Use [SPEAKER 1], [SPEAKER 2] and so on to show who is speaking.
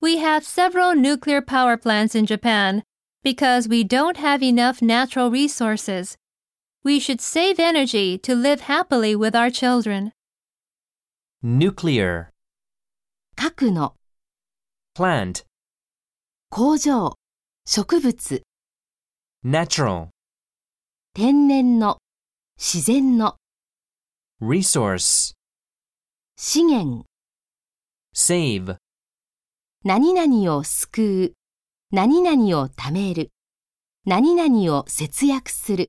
[SPEAKER 1] We have several nuclear power plants in Japan because we don't have enough natural resources. We should save energy to live happily with our children.
[SPEAKER 2] nuclear,
[SPEAKER 3] 核の、
[SPEAKER 2] plant,
[SPEAKER 3] 工場、植物、
[SPEAKER 2] natural,
[SPEAKER 3] 天然の、自然の、
[SPEAKER 2] resource,
[SPEAKER 3] 資源、
[SPEAKER 2] save,
[SPEAKER 3] 何々を救う、何々を貯める、何々を節約する。